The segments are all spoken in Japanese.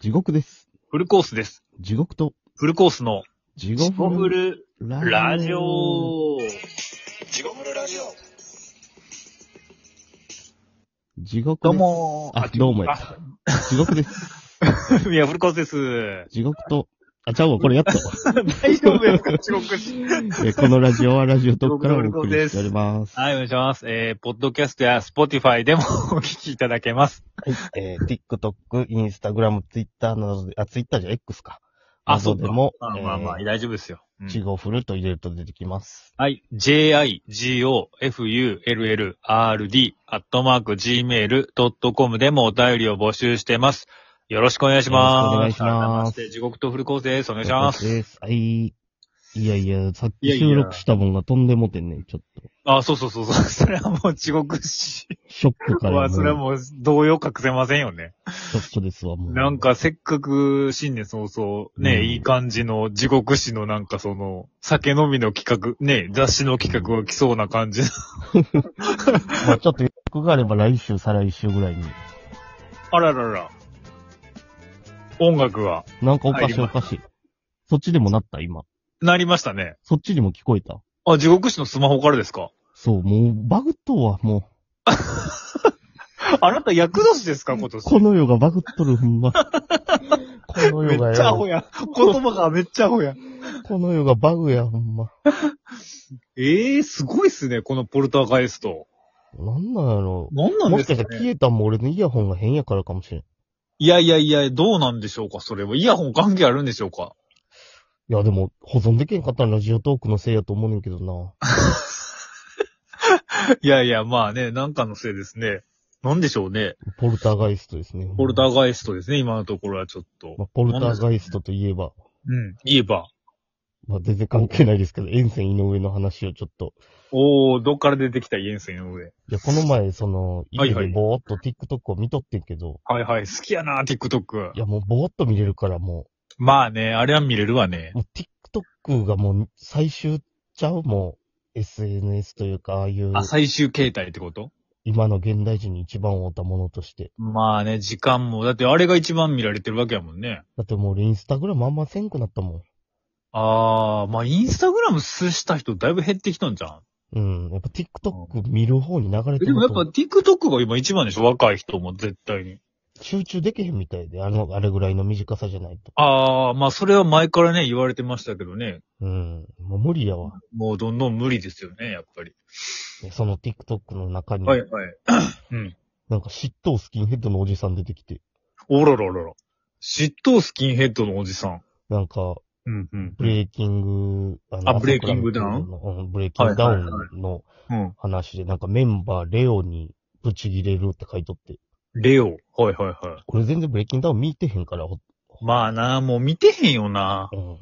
地獄です。フルコースです。地獄と、フルコースの、地ジ獄ゴフルララジオ。ジゴムルラジオ。地獄どうですもーあ、どうもや。あ、地獄です。いや、フルコースです。地獄と、あ、ちゃうわ、これやっと。 大丈夫です か地獄えこのラジオはラジオトークからお送りしております。はい、お願いします。えー、ポッドキャストやスポティファイでも お聞きいただけます。はい。えー、TikTok、Instagram、Twitter などで、あ、Twitter じゃ X か。あ、なそどうでか。も、まあまあまあ、えー大丈夫ですよ。うん地獄フルと入れると出てきます。はい。jigofullrd アットマーク gmail.com でもお便りを募集してます。よろしくお願いします。よろしくお願いします改めて地獄とフルコースです。お願いします。です。はい。いやいや、さっいやきいや収録したもんが飛んでもてんねん、ちょっと。あ、そうそうそうそう。 それはもう地獄し。ショックからは、それはももう動揺隠せませんよね。う、ショックですわ、もう。なんかせっかく新年早々、ね、うんいい感じの地獄史のなんかその、酒飲みの企画、ね、雑誌の企画が来そうな感じ。まあちょっと欲があれば来週、再来週ぐらいに。あららら。音楽が、なんかおかしい入おりまかしい。そっちでもなった今。なりましたね。そっちにも聞こえた。あ、地獄史のスマホからですかそう、もうバグっとうわ、もあなた厄年ですか今う。年。この世がバグっとる、ほ んま。このめ世がっちゃアホよ。や。言葉がめっちゃアホや。この世がバグや、ほんま。ええー、すごいっすね、このポルターガイスト。なんなんやろ。なんなんもでしすかしかたらね消えたんも俺のイヤホンが変やからかもしれん。いいやいやいや、どうなんでしょうかそれは。イヤホン関係あるんでしょうかや、でも、保存できんかったらラジオトークのせいやと思うねんけどな。いやいや、まあね、なんかのせいですね。なんでしょうね。ポルターガイストですね。ポルターガイストですね、今のところはちょっと。まあ、ポルターガイストといえば、うん、言えば。まあ、全然関係ないですけど、沿線井上の話をちょっと。おー、どっから出てきたイエンスの上。いや、この前、その、はい家でぼーっと TikTok を見とってんけど、はいはい、好きやな、TikTok い。や、もうぼーっと見れるから、もまあね、あれは見れるわねう、。もう TikTok がもう最終ちゃう、もう SNS というか、ああいう、あ、最終形態ってこと今の現代人に一番合うたものとして。まあね、時間も。だってあれが一番見られてるわけやもんね。だってもう俺インスタグラムあんませんくなったもあー、まあインスタグラムすした人だいぶ減ってきたんじゃん。ん。うん。やっぱ TikTok 見る方に流れてえでるもやっぱと TikTok が今一番でしょ若い人も絶対に。集中できへんみたいで、あの、あれぐらいの短さじゃないと。あー、まあそれは前からね、言われてましたけどね。うん。もう無理やわ。もうどんどん無理ですよね、やっぱり。その TikTok の中に、はいはい。うん。なんか嫉妬スキンヘッドのおじさん出てきて、おらららら。嫉妬スキンヘッドのおじさん。なんか、うんうん。ブレイキング、ああブレイキングダウン朝倉未来のうん、ブレイキングダウンの、はいうん。話で、なんかメンバーレオにブチギレるって書いとって。レオ。はいはいは俺全然ブレイキングダウン見てへんから、ほい。まあな、もう見てへんよな。うん。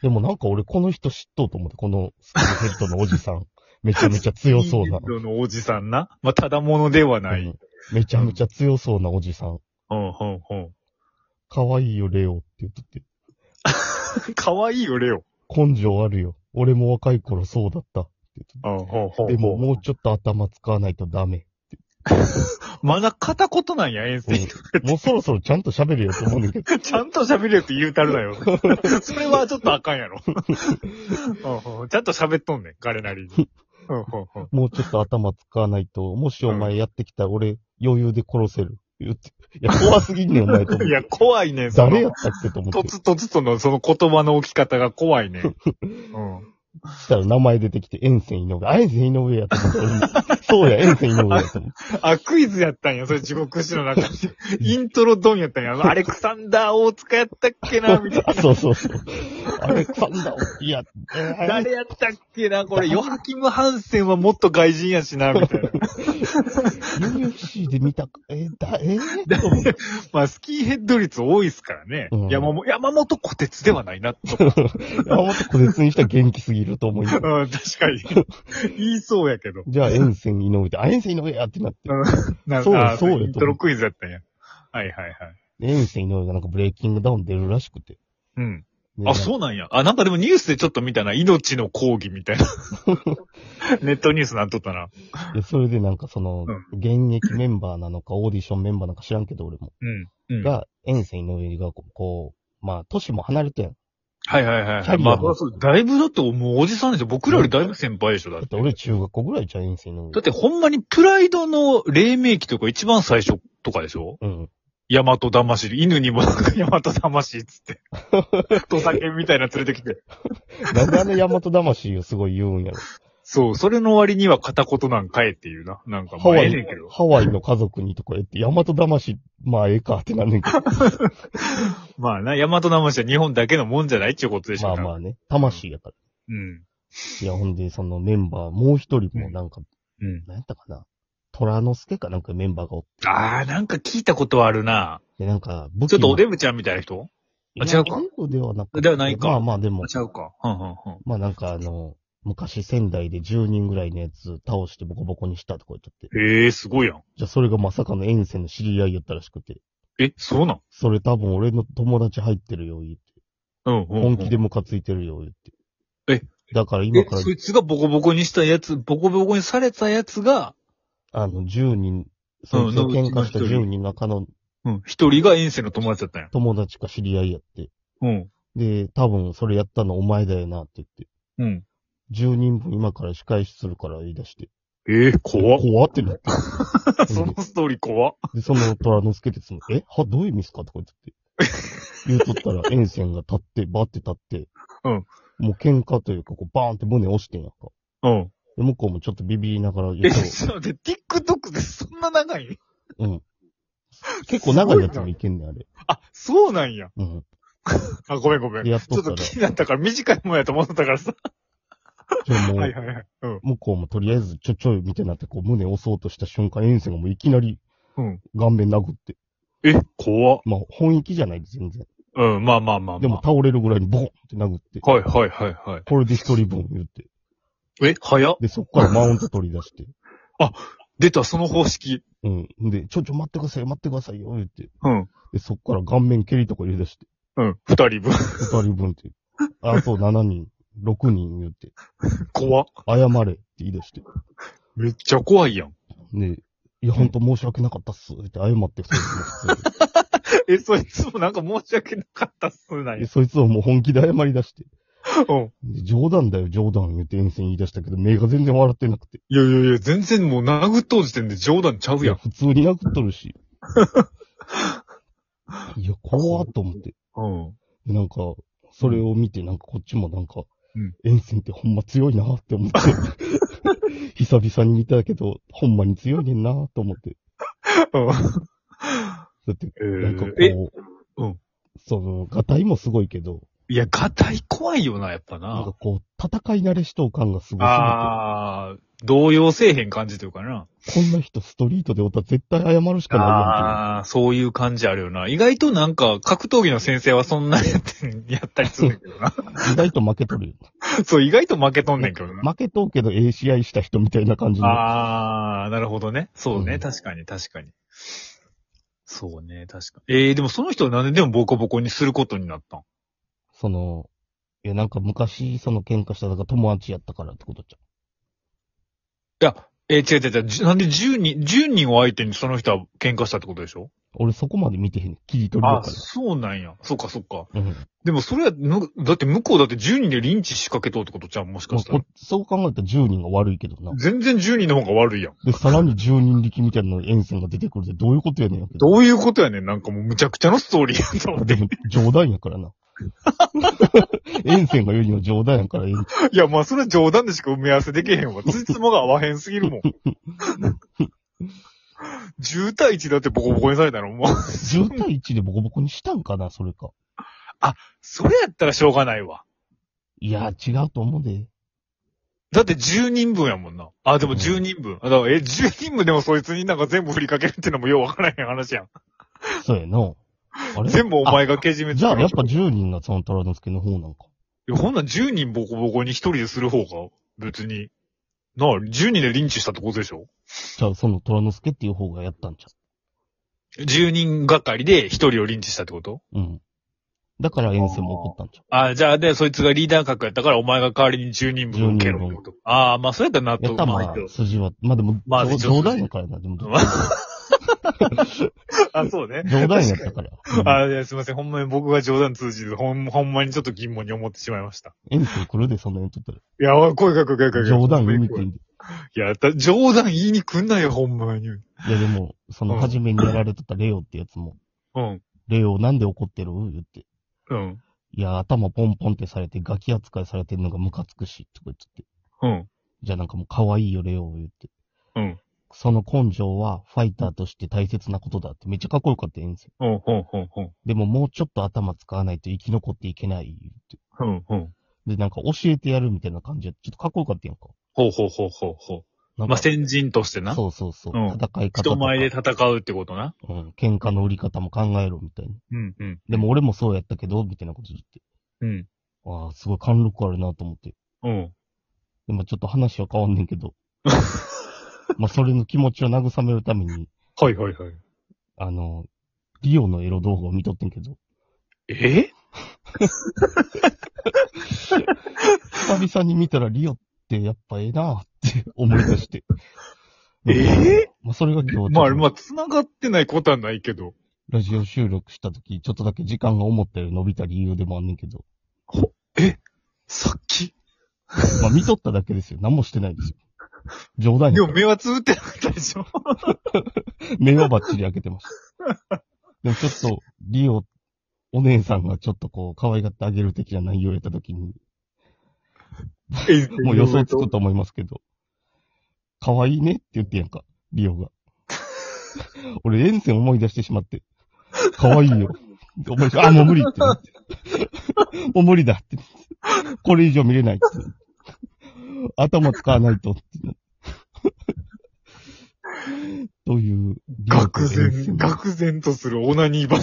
でもなんか俺この人知っとうと思って、このスキンヘッドのおじさん。めちゃめちゃ強そうな ス。キンヘッドのおじさんな。まあ、ただものではない。うんめちゃめちゃ強そうなおじさん。うん、うん、う可愛いよ、レオって言っとって。ん。かわいいよ、レオ。根性あるよ。俺も若い頃そうだったって言っとっうん、うん、うて。でももうちょっと頭使わないとダ メ。まだ片言なんや、遠征に。もうそろそろちゃんと喋るよと思うんだけど。ちゃんと喋れよって言うたるなよ。 それはちょっとあかんや ろ。うん、うん。ちゃんと喋っとんねん、彼なりに。うん、うん、うん。もうちょっと頭使わないと、もしお前やってきたら俺余裕で殺せる。言って。いや、怖すぎんねん、お前と思って。 いや、怖いねん、その誰やったっけと思っとて。つとつとのその言葉の置き方が怖 いね。うん。したら名前出てきて、遠線井上。あ、遠線井上やと思って俺も。 そうや、遠線井上やと思って。あ、クイズやったんや、それ地獄史の 中に。イントロドンやったんや。アレクサンダー大塚やったっけな、みたい あそうそうそう。アレクサンダー、いや、えな。ー誰やったっけな、これ、ヨハキム・ハンセンはもっと外人やしな、みたいな。 UFC で見た、えー、だ、えー、と思 ってまあ、スキーヘッド率多いっすからね。うん山本、山本小鉄ではないな、と。山本小説にしたら元気すぎると思いながらうん、確かに。 言いそうやけど。じゃあ、遠線井上で、あ、遠線井上やってなって。なそうあそうやと思うイントロクイズやったんや。はいはいはい。遠線井上がなんかブレイキングダウン出るらしくて。うん。であ、そうなんや。あ、なんかでもニュースでちょっと見たな。命の抗議みた いな。ネットニュースなっとったな。で、それでなんかそのうん、現役メンバーなのか、オーディションメンバーなのか知らんけど、俺も。うん。うん。が、遠征の上が、こう、まあ、年も離れてん。はいはいはいキャはい。リアまもあ、そうだいぶだってもうおじさんでしょ。僕らよりだいぶ先輩でしょ、だだっってて。俺中学校ぐらいじゃん、遠征の上。だってほんまにプライドの黎明期とか一番最初とかでしょうん。大和魂、犬にもなんか大和魂っつ って。土佐犬みたいなの連れてきて。なんであの大和魂をすごい言うんやろ。 そう、それの割には片言なんかえっていうな。なんかハもうワええイねんけど、。 ハワイの家族にとか言って、大和魂、まあええかってなんねんけど。まあな、大和魂は日本だけのもんじゃないっていうことでしまょあうまあね。魂やから。うん。いや、ほんで、そのメンバー、もう一人もなんか、うん。なんやったかな。虎之助かなんかメンバーがおって。ああ、なんか聞いたことはあるな。で、なんか、武器ちょっとおでデブちゃんみたいな人あ違うかではなくてではないかまあまあでも、ちゃうか。うんうんうん。まあなんかあの、昔仙台で10人ぐらいのやつ倒してボコボコにしたとか言っちゃって。へえ、すごいやん。じゃあそれがまさかの遠征の知り合いやったらしくて。え、そうなんそれ多分俺の友達入ってるよ、言って。うんうん、うん。本気でムカついてるよ、言って。だから今え、からそ、いつがボコボコにしたやつ、ボコボコにされたやつが、あの、10人、そいつが喧嘩した10人の中のうん、一人が遠征の友達だったんや。友達か知り合いやって。うん。で、多分それやったのお前だよな、って言って。うん。 10人分今から仕返しするから言い出して。えー、怖っ。 怖ってなって。そのストーリー怖っ。で、その虎之助ってその、えは、どういう意味っすかとか言って。言うとったら、沿線が立って、バーって立って。うん。もう喧嘩というか、こう、バーンって胸押してんやんか。うん。で、向こうもちょっとビビりながらえ、言うと、ちょっと待って、TikTok でそんな長いうん。結構長いやつもいけんねん、あれ。あ、そうなんや。うん。あ、ごめんごめん。で、ちやっとょっったらと、気になったから、短いもんやと思ったからさ。ちょも、はいうはいはい。うん。向こうもとりあえずちょちょいみたいになって、こう、胸押そうとした瞬間、沿線がもういきなり、うん。顔面殴って。え、怖っ。まあ、本意気じゃない、全然。うん、まあまあまあまあ。でも、倒れるぐらいにボコンって殴って。はいはいはいはこれで一人分言って。い。え、早っ。で、そっからマウント取り出して。出た、その方式。うん。で、ちょちょ待ってください、待ってくださいよ、言って。うん。で、そっから顔面蹴りとか入れ出して、うん。二人分。 二人分って。あと7人、6人言って、怖っ。謝れって言い出して。めっちゃ怖いやん。で、いや、ほんと申し訳なかったっす、って謝って、そいつも普通え、そいつもなんか申し訳なかったっすなにでい。そいつをもう本気で謝り出して。うん。で冗談だよ、冗談言って遠線言い出したけど、目が全然笑ってなくて。いやいやいや、全然もう殴っとう時点で冗談ちゃういやや、ん。普通に殴っとるし。いや、怖っと思って。うん。でなんか、それを見て、なんかこっちもなんか、うん沿線ってほんま強いなって思 って。久々に見たけど、ほんまに強いねんなと思って。だって、えーなんかこう、え、うんその、ガタイもすごいけど、いや、ガタイ怖いよな、やっぱなんかな。こう、戦い慣れしとう感がすごすああ、動揺せえへん感じというかな。ぎて、こんな人ストリートでおったら絶対謝るしかないやんっていうああ、そういう感じあるよな。意外となんか、格闘技の先生はそんなやってん、やったりするんだけ どな。意外と負けとるよ。そう、意外と負けとんねんけどな。負けとうけど、ええ試合した人みたいな感じの。ああ、なるほどね。そうね。うん確かに、確かに。そうね、確かに。ええー、でもその人はなんででもボコボコにすることになったんその、いや、なんか昔、その喧嘩した、だから友達やったからってことじいや、えー、違う違う違うじゅ。なんで10人、10人を相手にその人は喧嘩したってことでしょゃん。俺そこまで見てへんねん。切り取りだあ、かそうなんや。そっかそっか。ら。うん。でもそれはの、だって向こうだって10人でリンチ仕掛けとうってことじゃん、もしかまあしたらこ。そう考えたら10人が悪いけどな。全然10人の方が悪いやん。で、さらに10人力みたいなの沿線が出てくるってどういうことやねんやけど。どういうことやねん。なんかもうむちゃくちゃのストーリーやと思ってで。も、冗談やからな。 沿線が言うには冗談やから、ええいや、まあそれは冗談でしか埋め合わせできへんわ。つつもが合わへんすぎるもん。10対1だってボコボコにされたのもう。 10対1でボコボコにしたんかな、それか。それやったらしょうがないわ。いや、違うと思うで。だって10人分やもんな。あ、でもうん10人分。あ、だから、え、10人分でもそいつになんか全部振りかけるってのもようわからへん話やん。そうやな。あれ全部お前がけじめつじけゃあ、やっろぱ10人がその虎之助の方なんか。いやほんなん10人ボコボコに一人でする方が、別に。なあ、10人でリンチしたってことでしょじゃあ、その虎之助っていう方がやったんちゃ ?10 人がかりで一人をリンチしたってことう。うん。だから遠征も起こったんちゃあじゃあ、で、そいつがリーダー格やったから、お前が代わりに10人分受けろ10って人こと。ああ、まあ、そうやったらう。納やっ得。たらまあまあ、筋は、まあでも、まあ冗冗談やからな、でも。まあ あ、そうね。冗談やったから。うん あ、いや、すいません。ほんまに僕が冗談通じず、ほん、ほんまにちょっと疑問に思ってしまいました。遠藤来るで、そんなにとったら。いや、おい声かけ声かけ。冗談言うてんで。いや、だ冗談言いに来んなよ、ほんまに。いや、でも、そうの、ん初めにやられてたレオってやつも、うん。レオなんで怒ってる言って。うん。いや、頭ポンポンってされて、ガキ扱いされてるのがムカつくし、とか言ってて。うん。じゃあなんかもう可愛いよ、レオ、言って。うん。その根性は、ファイターとして大切なことだって、めっちゃかっこよかったんですよ。うん、ほん、ほん、ほん。でももうちょっと頭使わないと生き残っていけない、言って。うん、ほん。で、なんか教えてやるみたいな感じで、ちょっとかっこよかったやんか。ほうほうほうほうほなう。んかまあ、先人としてな。そうそうそう。うん戦い方とか。人前で戦うってことな。うん。喧嘩の売り方も考えろ、みたいな。うん、うん。でも俺もそうやったけど、みたいなこと言って。うん。ああ、すごい貫禄あるなと思って。うん。でもちょっと話は変わんねんけ ど。まあ、それの気持ちを慰めるために、はいはいはい。あの、リオのエロ動画を見とってんけど、え久々に見たらリオってやっぱええなって思い出して。 ええまあ、それが今日、まあ、まあ、繋がってないことはないけど。ラジオ収録した時、ちょっとだけ時間が思ったより伸びた理由でもあんねんけど、さっき。まあ、見とっただけですよ。何もしてないですよ。冗談でにも目はつぶってなかったで しょ。目はバッチリ開けてました。でもちょっと、リオ、お姉さんがちょっとこう、可愛がってあげる的な内容やった時に、もう予想つくと思いますけど。可愛いねって言ってやんか、リオが。俺、沿線思い出してしまって。可愛いよ。って思い出してあ、もう無理ってなって。もう無理だって。これ以上見れないって。頭使わないとってなって。という。リオと愕沿線然、の愕然とするオナニーバ